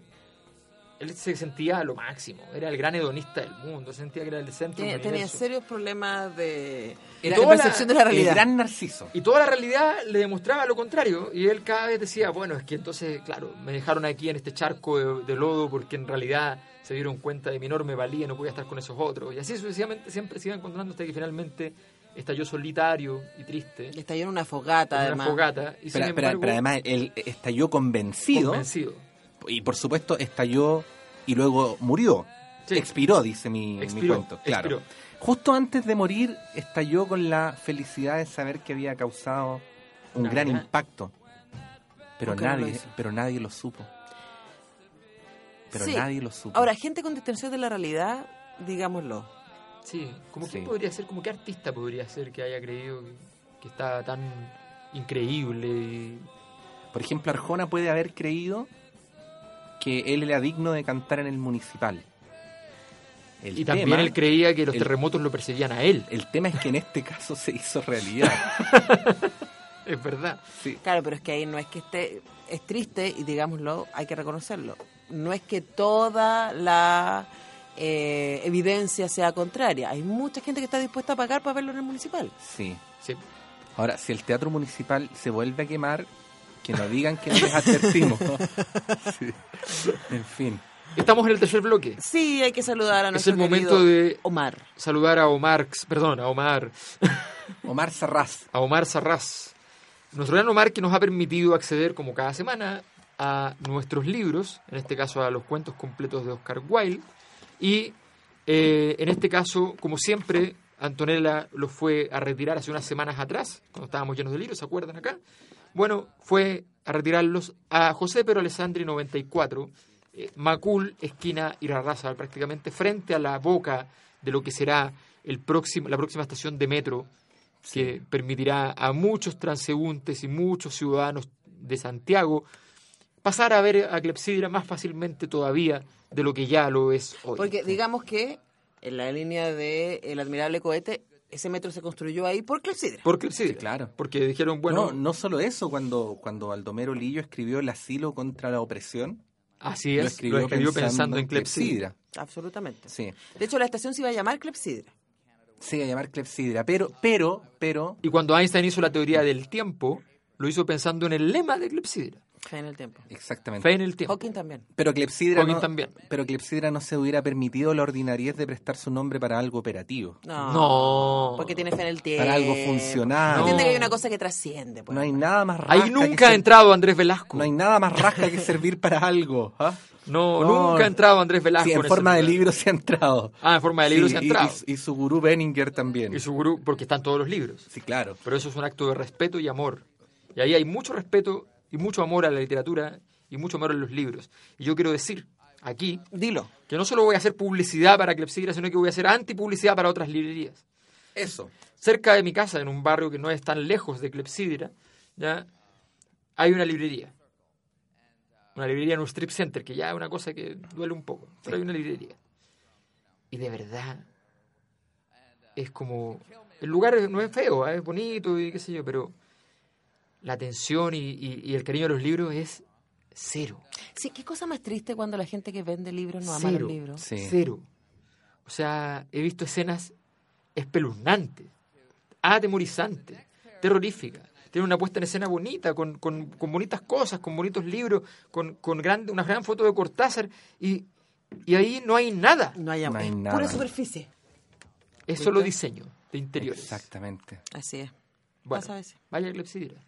él se sentía a lo máximo, era el gran hedonista del mundo, sentía que era el centro Tenía, del tenía universo. serios problemas de, Era de toda la- percepción de la El realidad. gran narciso. Y toda la realidad le demostraba lo contrario. Y él cada vez decía, bueno, es que entonces, claro, me dejaron aquí en este charco de, de lodo porque en realidad se dieron cuenta de mi enorme valía, no podía estar con esos otros. Y así sucesivamente siempre se iba encontrando hasta que finalmente estalló solitario y triste Y estalló en una fogata, en una además. fogata. Y sin Pero, pero- embargo, pero además él estalló convencido, convencido. y por supuesto estalló y luego murió. Sí. Expiró, dice mi, mi Expiró, cuento. Claro. expiró. Justo antes de morir estalló con la felicidad de saber que había causado un Una gran gran- impacto. Pero Nunca lo nadie, hizo. pero nadie lo supo. Pero Sí. nadie lo supo. Ahora, gente con distorsión de la realidad, digámoslo. Sí, como quién Sí. podría ser, como qué artista podría ser que haya creído que, que estaba tan increíble y Por ejemplo, Arjona puede haber creído que él era digno de cantar en el municipal. El y también tema- él creía que los el- terremotos lo perseguían a él. el tema es que en este caso se hizo realidad. Es verdad. Sí. Claro, pero es que ahí no es que esté, es triste y digámoslo, hay que reconocerlo. No es que toda la eh, evidencia sea contraria. Hay mucha gente que está dispuesta a pagar para verlo en el municipal. Sí. Sí. Ahora, si el teatro municipal se vuelve a quemar, que no digan que no les advertimos. Sí. En fin. Estamos en el tercer bloque. Sí, hay que saludar a Es nuestro el momento querido de Omar. saludar a Omar, perdón, a Omar, Omar Sarraz. a Omar Sarraz. Nuestro gran Omar que nos ha permitido acceder como cada semana a nuestros libros, en este caso a los cuentos completos de Oscar Wilde. Y eh, en este caso, como siempre, Antonella lo fue a retirar hace unas semanas atrás, cuando estábamos llenos de libros, ¿se acuerdan acá? Bueno, fue a retirarlos a José Pero Alessandri 94, eh, Macul, esquina Irarrázaval, prácticamente frente a la boca de lo que será el próximo, la próxima estación de metro que permitirá a muchos transeúntes y muchos ciudadanos de Santiago pasar a ver a Clepsidra más fácilmente todavía de lo que ya lo es hoy. Porque digamos que en la línea de El admirable cohete, ese metro se construyó ahí por Clepsidra. Por Clepsidra. Sí, claro. Porque dijeron, bueno, Bueno, no, no solo eso, cuando, cuando Baldomero Lillo escribió El asilo contra la opresión, así es, lo escribió, pensando, en Clepsidra. Absolutamente. Sí, De hecho, la estación se iba a llamar Clepsidra. se iba a llamar Clepsidra, pero, pero, pero, Y cuando Einstein hizo la teoría del tiempo, lo hizo pensando en el lema de Clepsidra. Fe en el tiempo. exactamente. Fe en el tiempo. Hawking también. Pero Clepsidra, Hawking no, también. pero Clepsidra no se hubiera permitido la ordinariedad de prestar su nombre para algo operativo. No. No. Porque tiene fe en el tiempo. Para algo funcional. Entiende No. que hay una cosa que trasciende. pues. No hay nada más rasca. Ahí nunca que ha ser- entrado Andrés Velasco. No hay nada más rasca que servir para algo. ¿ah? No, No. nunca ha entrado Andrés Velasco. Sí, en ese forma de lugar. libro se ha entrado. Ah, en forma de libro Sí, se ha y- entrado. Y, y su gurú Benninger también. Y su gurú, porque están todos los libros. Sí, claro. Pero eso es un acto de respeto y amor. Y ahí hay mucho respeto y mucho amor a la literatura y mucho amor a los libros. Y yo quiero decir aquí Dilo. que no solo voy a hacer publicidad para Clepsidra, sino que voy a hacer antipublicidad para otras librerías. Eso. Cerca de mi casa, en un barrio que no es tan lejos de Clepsidra, ¿ya? hay una librería. Una librería en un strip center, que ya es una cosa que duele un poco. Pero hay una librería. Y de verdad, es como... El lugar no es feo, ¿eh? es bonito y qué sé yo, pero la atención y, y- y el cariño a los libros es cero. Sí, qué cosa más triste cuando la gente que vende libros no ama Cero. los libros. Sí. Cero. O sea, he visto escenas espeluznantes, atemorizantes, terroríficas. Tiene una puesta en escena bonita, con, con- con bonitas cosas, con bonitos libros, con, con gran, una gran foto de Cortázar, y, y ahí no hay nada. No hay, No hay es nada. Pura superficie. Es solo diseño de interiores. Exactamente. Así es. Bueno, Pasa a veces. vaya clepsidra.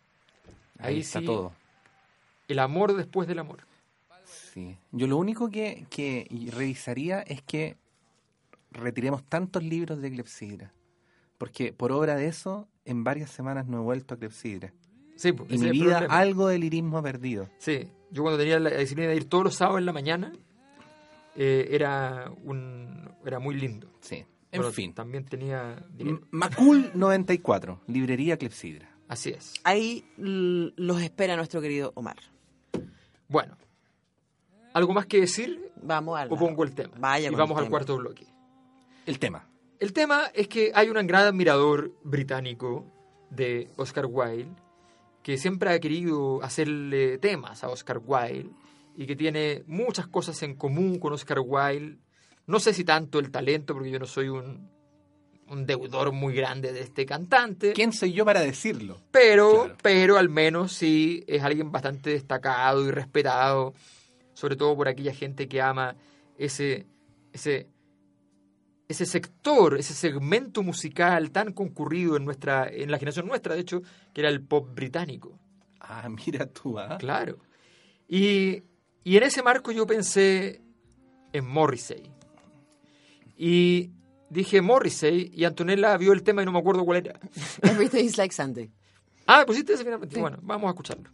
Ahí, Ahí está sí. todo. El amor después del amor. Sí. Yo lo único que, que revisaría es que retiremos tantos libros de Clepsidra. Porque por obra de eso, en varias semanas no he vuelto a Clepsidra. Sí, pues, Y ese mi es el vida, problema. algo de lirismo ha perdido. Sí, yo cuando tenía la disciplina de ir todos los sábados en la mañana, eh, era, un, era muy lindo. Sí. En Bueno, fin. Mm, También tenía dinero. M- Macul 94, librería Clepsidra. Así es. Ahí l- los espera nuestro querido Omar. Bueno, ¿algo más que decir Vamos al. o pongo el tema? Vaya y con vamos el al tema. cuarto bloque. El tema. El tema es que hay un gran admirador británico de Oscar Wilde que siempre ha querido hacerle temas a Oscar Wilde y que tiene muchas cosas en común con Oscar Wilde. No sé si tanto el talento, porque yo no soy un, un deudor muy grande de este cantante. ¿Quién soy yo para decirlo? Pero, Claro. pero al menos sí es alguien bastante destacado y respetado, sobre todo por aquella gente que ama ese, ese, ese sector, ese segmento musical tan concurrido en nuestra, en la generación nuestra, de hecho, que era el pop británico. Ah, mira tú, ¿ah? Claro. Y, y en ese marco yo pensé en Morrissey. Y dije Morrissey, y Antonella vio el tema y no me acuerdo cuál era. Everything is like Sunday. Ah, pusiste ese finalmente. Bueno, vamos a escucharlo.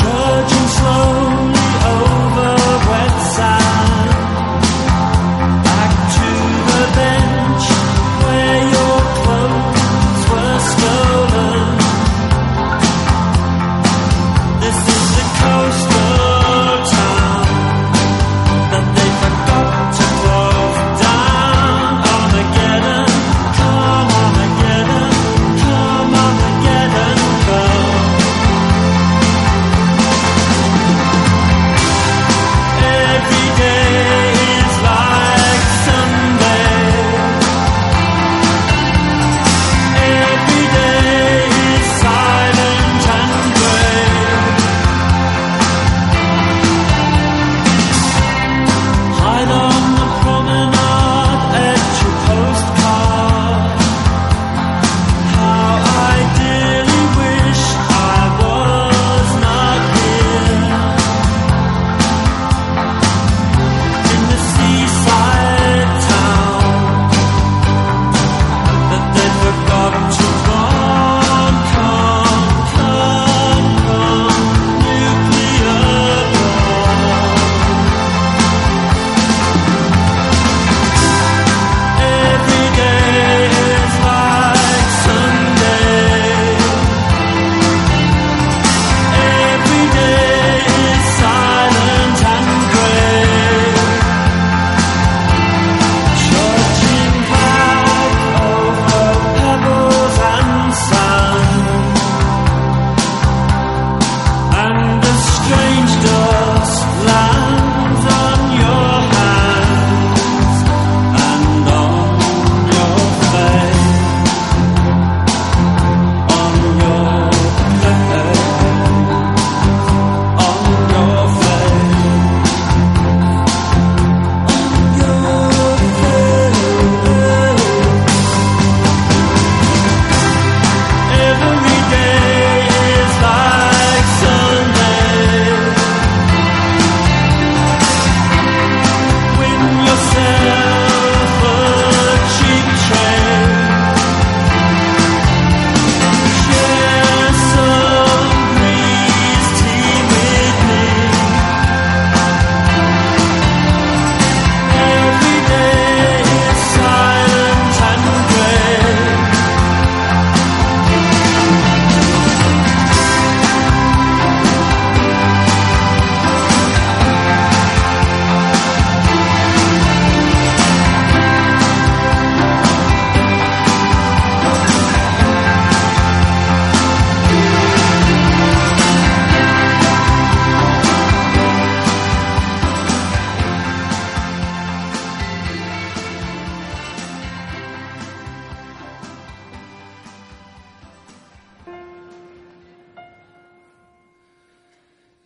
Trudging slow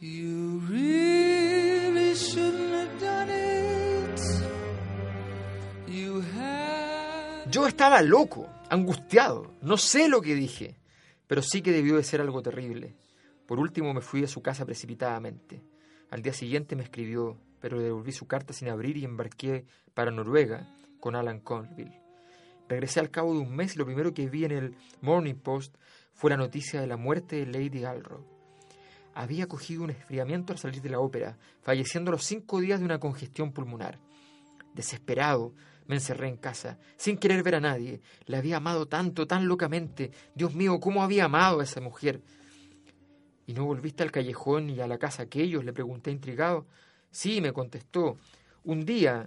You really shouldn't have done it. You had. Yo estaba loco, angustiado. No sé lo que dije, pero sí que debió de ser algo terrible. Por último me fui a su casa precipitadamente. Al día siguiente me escribió, pero le devolví su carta sin abrir y embarqué para Noruega con Alan Colville. Regresé al cabo de un mes y lo primero que vi en el Morning Post fue la noticia de la muerte de Lady Alro. Había cogido un esfriamiento al salir de la ópera, falleciendo a los cinco días de una congestión pulmonar. Desesperado, me encerré en casa, sin querer ver a nadie. La había amado tanto, tan locamente. Dios mío, cómo había amado a esa mujer. ¿Y no volviste al callejón y a la casa aquellos? Le pregunté intrigado. Sí, me contestó. Un día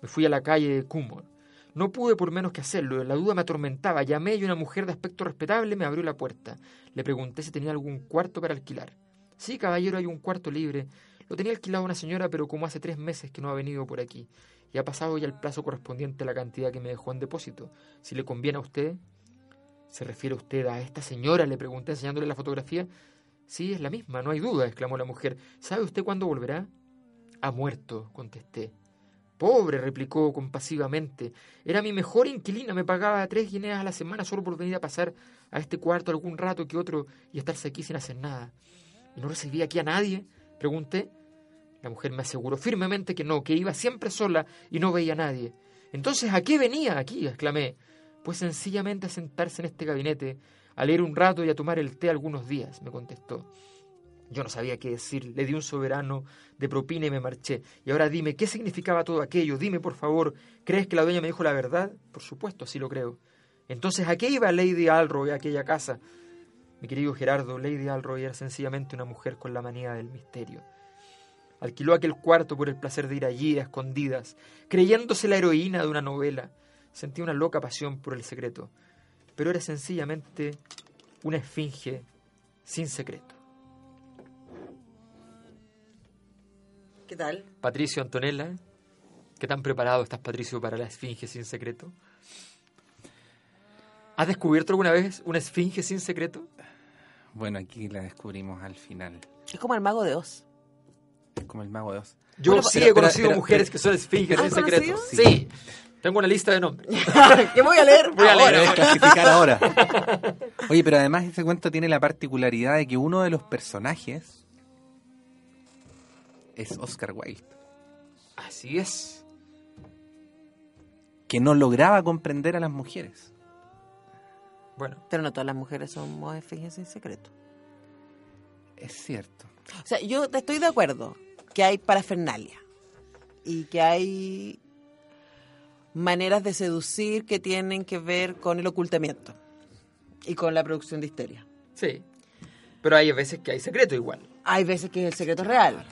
me fui a la calle de Cumor. No pude por menos que hacerlo, la duda me atormentaba. Llamé y una mujer de aspecto respetable me abrió la puerta. Le pregunté si tenía algún cuarto para alquilar. Sí, caballero, hay un cuarto libre. Lo tenía alquilado una señora, pero como hace tres meses que no ha venido por aquí, y ha pasado ya el plazo correspondiente a la cantidad que me dejó en depósito. Si le conviene a usted, ¿Se refiere usted a esta señora? le pregunté enseñándole la fotografía. Sí, es la misma, no hay duda, exclamó la mujer. ¿Sabe usted cuándo volverá? Ha muerto, contesté. Pobre, replicó compasivamente. Era mi mejor inquilina, me pagaba tres guineas a la semana solo por venir a pasar a este cuarto algún rato que otro y estarse aquí sin hacer nada. ¿Y no recibía aquí a nadie? pregunté. La mujer me aseguró firmemente que no, que iba siempre sola y no veía a nadie. Entonces, ¿a qué venía aquí? exclamé. Pues sencillamente a sentarse en este gabinete, a leer un rato y a tomar el té algunos días, me contestó. Yo no sabía qué decir, le di un soberano de propina y me marché. Y ahora dime, ¿qué significaba todo aquello? Dime, por favor, ¿crees que la dueña me dijo la verdad? Por supuesto, así lo creo. Entonces, ¿a qué iba Lady Alroy a aquella casa? Mi querido Gerardo, Lady Alroy era sencillamente una mujer con la manía del misterio. Alquiló aquel cuarto por el placer de ir allí a escondidas, creyéndose la heroína de una novela. Sentí una loca pasión por el secreto, pero era sencillamente una esfinge sin secreto. ¿Qué tal? Patricio Antonella, ¿qué tan preparado estás, Patricio, para la esfinge sin secreto? ¿Has descubierto alguna vez una esfinge sin secreto? Bueno, aquí la descubrimos al final. Es como el mago de Oz. Es como el mago de Oz. Yo Pero- sí pero- he pero- conocido pero- mujeres que son esfinges sin ¿Has secreto. conocido? Sí. Tengo una lista de nombres. ¿Qué voy a leer? Voy a Ahora, leer. es clasificar ahora. Oye, pero además ese cuento tiene la particularidad de que uno de los personajes es Oscar Wilde, Así es. que no lograba comprender a las mujeres. Bueno, Pero no todas las mujeres somos esfinges sin secreto. Es cierto. O sea, yo te estoy de acuerdo que hay parafernalia y que hay maneras de seducir que tienen que ver con el ocultamiento y con la producción de histeria. sí. Pero hay veces que hay secreto igual. Hay veces que el secreto es real,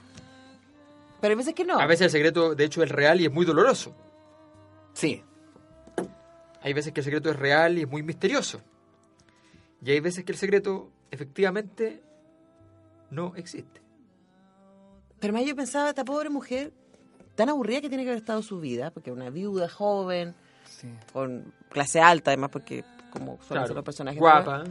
pero hay veces que no. A veces el secreto, de hecho, es real y es muy doloroso. Sí. Hay veces que el secreto es real y es muy misterioso. Y hay veces que el secreto efectivamente no existe. Pero más yo pensaba, esta pobre mujer, tan aburrida que tiene que haber estado su vida, porque una viuda joven, con clase alta además, porque como suelen ser los personajes. Guapa.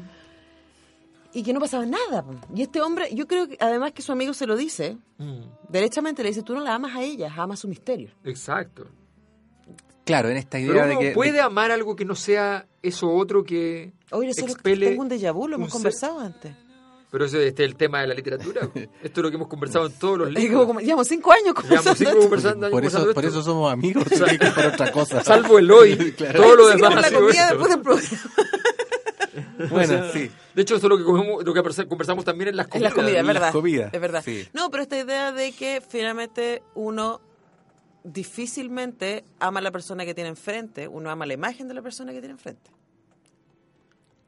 Y que no pasaba nada. po. Y este hombre, yo creo que además que su amigo se lo dice, Mm, derechamente le dice, tú no la amas a ella, amas su misterio. exacto. Claro, en esta idea Pero de uno que... puede de- amar algo que no sea eso otro que Oye, eso es lo que expele tengo un déjà vu, lo un hemos ser- conversado antes. Pero ese este es el tema de la literatura. Esto es lo que hemos conversado en todos los Es como, libros. como- llevamos cinco años Llevamos conversando. cinco esto. conversando, por, conversando eso, por esto. eso somos amigos, porque es por otra cosa. Salvo el hoy, Claro. todo lo Sí, demás como ha la sido comida esto. después del programa. Bueno, O sea, sí. De hecho, eso es lo que, comemos- lo que conversa- conversamos también en las En comidas. las comidas, es las verdad. comidas, Es verdad. sí. No, pero esta idea de que finalmente uno difícilmente ama a la persona que tiene enfrente, uno ama la imagen de la persona que tiene enfrente.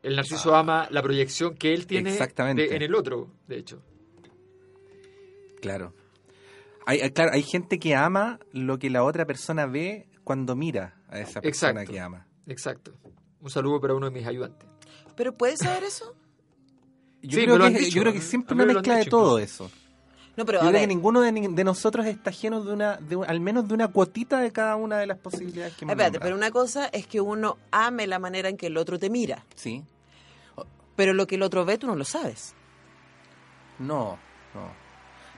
El narciso ama la proyección que él tiene Exactamente. de- en el otro, de hecho. Claro. Hay, hay- claro. hay gente que ama lo que la otra persona ve cuando mira a esa persona Exacto. que ama. Exacto. Un saludo para uno de mis ayudantes. ¿Pero puedes saber eso? Yo, Sí, me creo, lo que, han dicho. yo creo que A siempre mí me una lo han mezcla de dicho todo eso. No, pero Yo a creo ver, que ninguno de, nin- de nosotros está ajeno de una, de un- al menos de una cuotita de cada una de las posibilidades que hemos espérate, pero una nombrado. cosa es que uno ame la manera en que el otro te mira, Sí. pero lo que el otro ve tú no lo sabes. No.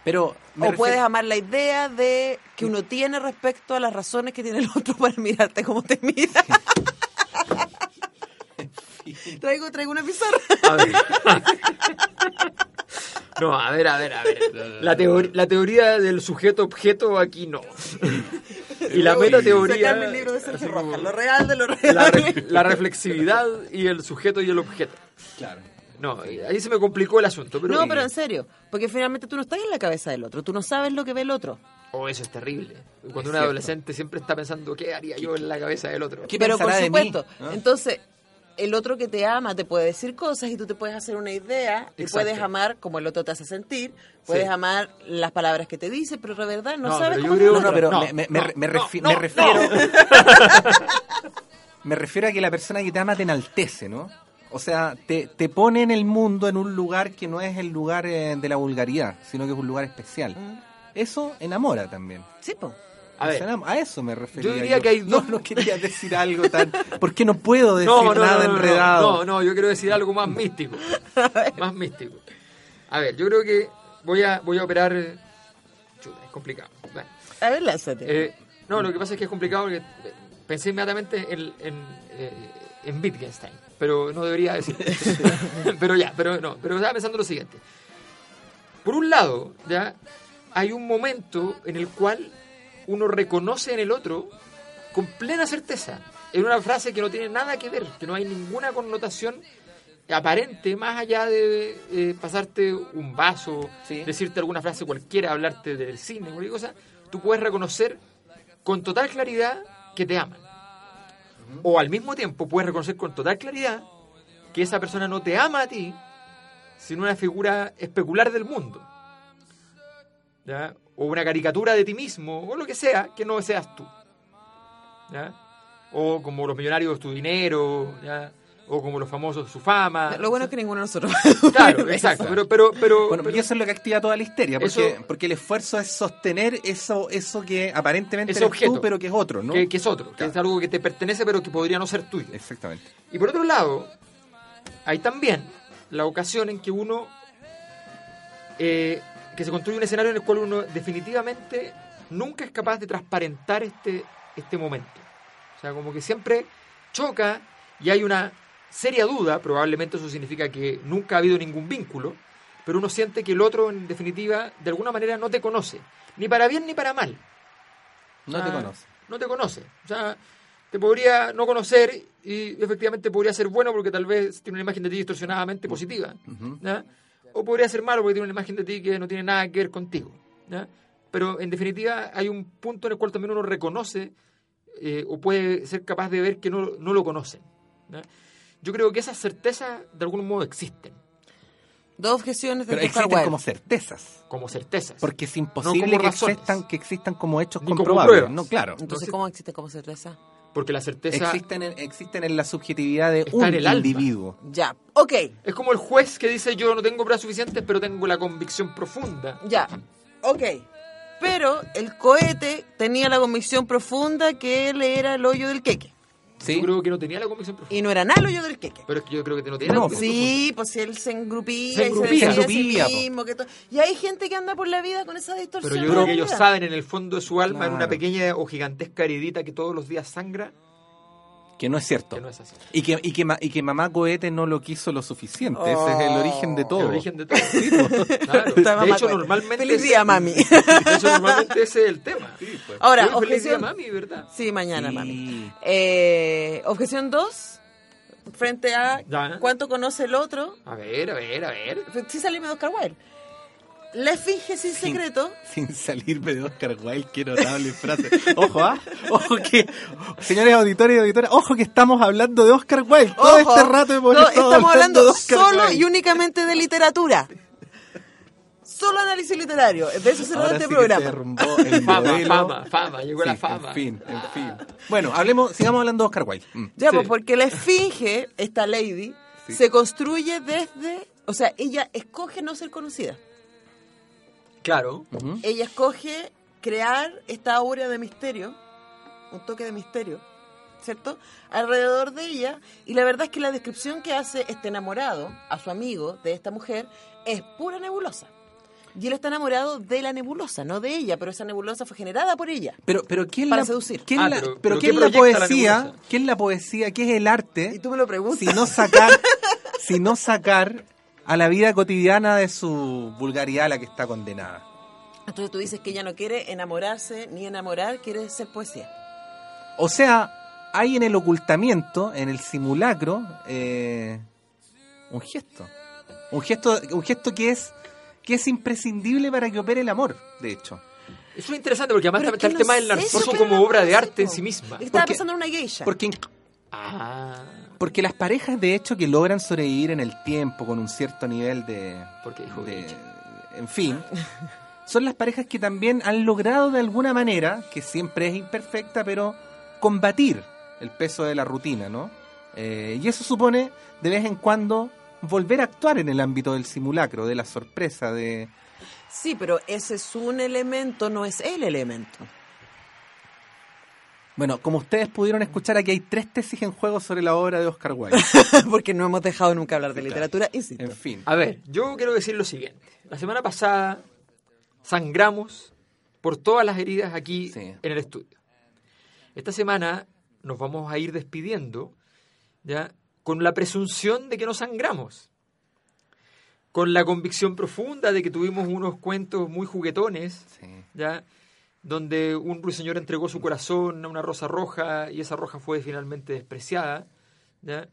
Pero me o refiero- puedes amar la idea de que uno tiene respecto a las razones que tiene el otro para mirarte como te mira. traigo, traigo una pizarra. A ver. No, a ver, a ver, a ver. La, teor- la teoría del sujeto-objeto aquí no. Y la metateoría, Sacarme el libro de Sergio Rojas, lo real de lo real. la, re- la reflexividad y el sujeto y el objeto. Claro. No, y ahí se me complicó el asunto. Pero, No, pero en serio, porque finalmente tú no estás en la cabeza del otro, tú no sabes lo que ve el otro. Oh, eso es terrible. Cuando un adolescente siempre está pensando, ¿qué haría yo en la cabeza del otro? ¿Qué pero por pensará de mí? supuesto, ¿Ah? entonces el otro que te ama te puede decir cosas y tú te puedes hacer una idea y Exacto. puedes amar como el otro te hace sentir, puedes Sí. amar las palabras que te dice, pero de verdad no, No, sabes pero yo cómo creo- es el No, otro. pero No, me, me- no, me- me no, refi- no, me no. refiero. me refiero a que la persona que te ama te enaltece, ¿no? O sea, te, te pone en el mundo en un lugar que no es el lugar eh, de la vulgaridad, sino que es un lugar especial. Eso enamora también. Sí, po. Mm. A ver, Eso enam- a eso me refería. Yo diría que hay dos- No, no quería decir algo tan. ¿Por qué no puedo decir nada no, enredado? No, no, yo quiero decir algo más místico. más místico. A ver, yo creo que voy a, voy a operar. eh, Chuta, es complicado. Bueno, A ver, lánzate. eh, no, lo que pasa es que es complicado porque eh, pensé inmediatamente en, en, eh, en Wittgenstein, pero no debería decir. pero ya, pero no, pero estaba pensando lo siguiente. Por un lado, ya hay un momento en el cual uno reconoce en el otro con plena certeza, en una frase que no tiene nada que ver, que no hay ninguna connotación aparente más allá de eh, pasarte un vaso, Sí. decirte alguna frase cualquiera, hablarte del cine, cualquier cosa, tú puedes reconocer con total claridad que te aman. O al mismo tiempo puedes reconocer con total claridad que esa persona no te ama a ti, sino una figura especular del mundo. ¿ya? O una caricatura de ti mismo, o lo que sea, que no seas tú. ¿ya? O como los millonarios, tu dinero, ¿ya? o como los famosos, su fama. Lo bueno es que ninguno de nosotros. Claro, exacto. Pero, pero, pero, Bueno, pero y eso es lo que activa toda la histeria, porque, Eso- porque el esfuerzo es sostener eso eso que aparentemente Ese eres objeto. tú, pero que es otro, ¿no? que, que es otro, que Claro. es algo que te pertenece, pero que podría no ser tuyo. Exactamente. Y por otro lado, hay también la ocasión en que uno, eh, que se construye un escenario en el cual uno definitivamente nunca es capaz de transparentar este, este momento. O sea, como que siempre choca y hay una seria duda, probablemente eso significa que nunca ha habido ningún vínculo, pero uno siente que el otro, en definitiva, de alguna manera no te conoce, ni para bien ni para mal. No Ah, te conoce. No te conoce. O sea, te podría no conocer y efectivamente podría ser bueno porque tal vez tiene una imagen de ti Mm. distorsionadamente positiva. ¿ya? O podría ser malo porque tiene una imagen de ti que no tiene nada que ver contigo. ¿ya? Pero en definitiva hay un punto en el cual también uno reconoce eh, o puede ser capaz de ver que no, no lo conocen. ¿ya? Yo creo que esas certezas de algún modo existen Dos objeciones de Pero Oscar existen Wilde. como certezas, como certezas. porque es No imposible como que, razones. existan, que existan como hechos Ni como comprobables. pruebas. no, claro. Entonces, ¿cómo existe como certeza? porque la certeza Existen en, existen en la subjetividad de Está un en el alma. individuo. Ya, ok, es como el juez que dice yo no tengo pruebas suficientes pero tengo la convicción profunda. ya, ok. Pero el cohete tenía la convicción profunda que él era el hoyo del queque. ¿Sí? Yo creo que no tenía la convicción profunda. Y no era nada el hoyo del queque. Pero es que yo creo que no tenía No, la convicción Sí, pues si él se engrupía, Se y engrupía, se decía a sí engrupía, po. mismo. Que todo. Y hay gente que anda por la vida con esa distorsión. Pero yo de creo la que ellos vida. saben en el fondo de su alma, en una Claro. pequeña o gigantesca heridita que todos los días sangra, Que no es cierto. que no es así. Y, que, y, que, ma- y que mamá cohete no lo quiso lo suficiente. Ese es el origen de todo. Oh. El origen de todo. pues, Claro. Está De mamá hecho, con- normalmente. Feliz ese- día, mami. De hecho, normalmente ese es el tema. Ahora, Uy, feliz día, objeción. mami, ¿verdad? Sí, mañana, Sí. mami. Eh, objeción 2, frente a Ya. cuánto conoce el otro. A ver, a ver, a ver. Sí salimos de Oscar Wilde. La esfinge sin Sin- secreto. Sin salirme de Oscar Wilde, qué notable frase. Ojo, ¿ah? Ojo que, señores auditores y auditoras, ojo que estamos hablando de Oscar Wilde. Todo Ojo, este rato hemos todo- estado estamos de hablando Oscar solo Wilde. y únicamente de literatura. Solo análisis literario. De eso se trata Ahora este sí que se programa. derrumbó el Fama, modelo. fama, fama, llegó Sí, la fama. En fin, en fin. Bueno, hablemos, sigamos hablando de Oscar Wilde. Mm. Ya, Sí. pues porque la esfinge, esta lady, Sí. se construye desde. O sea, ella escoge no ser conocida. Claro. Ella escoge crear esta aura de misterio, un toque de misterio, ¿cierto? Alrededor de ella. Y la verdad es que la descripción que hace este enamorado a su amigo de esta mujer es pura nebulosa. Y él está enamorado de la nebulosa, no de ella, pero esa nebulosa fue generada por ella. Pero, pero ¿qué es Para la, seducir. ¿qué es Ah, la- pero- pero pero ¿qué ¿qué es la proyecta la poesía? nebulosa? ¿Qué es la poesía? ¿Qué es el arte? Y tú me lo preguntas. si no sacar, si no sacar a la vida cotidiana de su vulgaridad a la que está condenada. Entonces tú dices que ella no quiere enamorarse ni enamorar, quiere ser poesía. O sea, hay en el ocultamiento, en el simulacro, eh, un gesto. Un gesto, un gesto que es que es imprescindible para que opere el amor, de hecho. Eso es interesante porque además Pero está es el que tema no del sé, narcoso súper como obra de narcótico. arte en sí misma. Él estaba Porque- pensando en una geisha. Porque, Ah, porque las parejas, de hecho, que logran sobrevivir en el tiempo con un cierto nivel de... Porque dijo de- geisha. En fin, son las parejas que también han logrado de alguna manera, que siempre es imperfecta, pero combatir el peso de la rutina, ¿no? Eh, y eso supone, de vez en cuando, volver a actuar en el ámbito del simulacro, de la sorpresa, de... Sí, pero ese es un elemento, no es el elemento. Bueno, como ustedes pudieron escuchar, aquí hay tres tesis en juego sobre la obra de Oscar Wilde. Porque no hemos dejado nunca hablar de Claro. literatura, insisto. En fin. A ver, yo quiero decir lo siguiente. La semana pasada sangramos por todas las heridas aquí Sí. en el estudio. Esta semana nos vamos a ir despidiendo ya con la presunción de que no sangramos. Con la convicción profunda de que tuvimos unos cuentos muy juguetones, Sí. ya donde un ruiseñor entregó su corazón a una rosa roja y esa roja fue finalmente despreciada, ¿ya?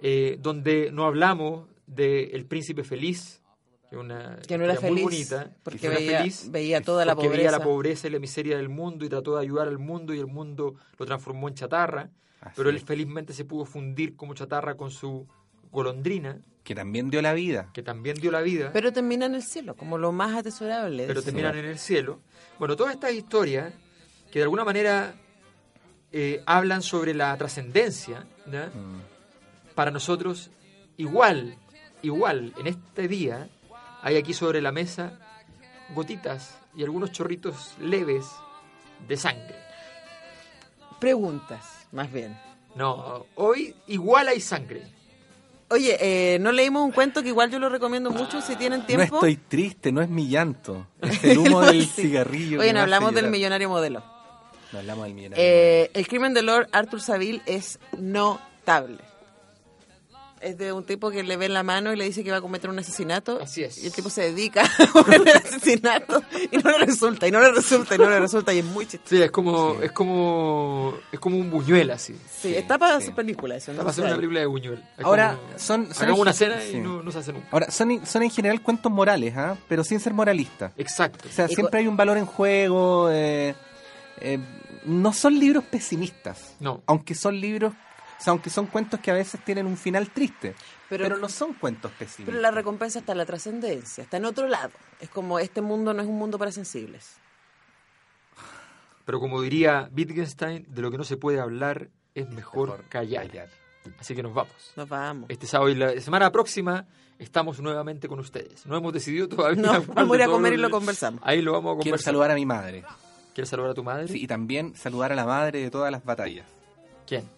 Eh, donde no hablamos de El Príncipe Feliz, que, una, Que no era historia muy feliz, bonita, porque que no era veía- veía toda la porque veía la pobreza. pobreza y la miseria del mundo y trató de ayudar al mundo y el mundo lo transformó en chatarra, Así pero él es. felizmente se pudo fundir como chatarra con su golondrina, Que también dio la vida. que también dio la vida. Pero termina en el cielo, como lo más atesorable. pero Sí. terminan en el cielo. Bueno, todas estas historias que de alguna manera eh, hablan sobre la trascendencia, ¿ya? para nosotros igual, igual, en este día hay aquí sobre la mesa gotitas y algunos chorritos leves de sangre. Preguntas, más bien. No, hoy igual hay sangre. Oye, eh, no leímos un cuento que igual yo lo recomiendo mucho si tienen tiempo. No estoy triste, no es mi llanto. Es el humo del cigarrillo. Oye, que me no hace hablamos del llorar. millonario modelo. No hablamos del millonario. Eh, el crimen de Lord Arthur Saville es notable. Es de un tipo que le ve la mano y le dice que va a cometer un asesinato. Así es. Y el tipo se dedica a cometer asesinato y no le resulta, y no le resulta, y no le resulta, y es muy chistoso. Sí, es como, es como, es como un buñuel así. Sí, Sí, está para sí. hacer película eso. Está ¿no? para hacer una película de buñuel. Es Ahora, como- son- son- hagamos una cena sí. y no, no se hace nunca. Ahora, son, son en general cuentos morales, ¿ah? pero sin ser moralistas. Exacto. O sea, Y siempre hay un valor en juego. eh, eh, no son libros pesimistas. No. Aunque son libros. O sea, aunque son cuentos que a veces tienen un final triste. Pero- Pero, no son cuentos pesimistas. Pero la recompensa está en la trascendencia, está en otro lado. Es como este mundo no es un mundo para sensibles. Pero como diría Wittgenstein, de lo que no se puede hablar es mejor, callar. Así que nos vamos. Nos vamos. Este sábado y la semana próxima estamos nuevamente con ustedes. No hemos decidido todavía. No, cuál de vamos a ir a todos comer y los- lo conversamos. Ahí lo vamos a Quiero conversar. saludar a mi madre. ¿Quieres saludar a tu madre? Sí, y también saludar a la madre de todas las batallas. ¿Quién?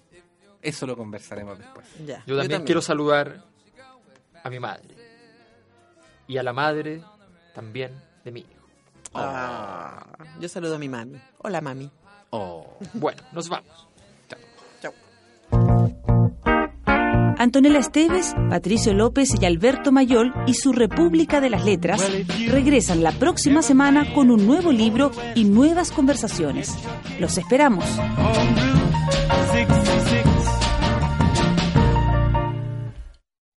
Eso lo conversaremos después. Ya, Yo también, quiero saludar a mi madre. Y a la madre también de mi hijo. Ah, yo saludo a mi mami. Hola, mami. Oh. Bueno, nos vamos. Antonella Esteves, Patricio López y Alberto Mayol y su República de las Letras regresan la próxima semana con un nuevo libro y nuevas conversaciones. Los esperamos. en route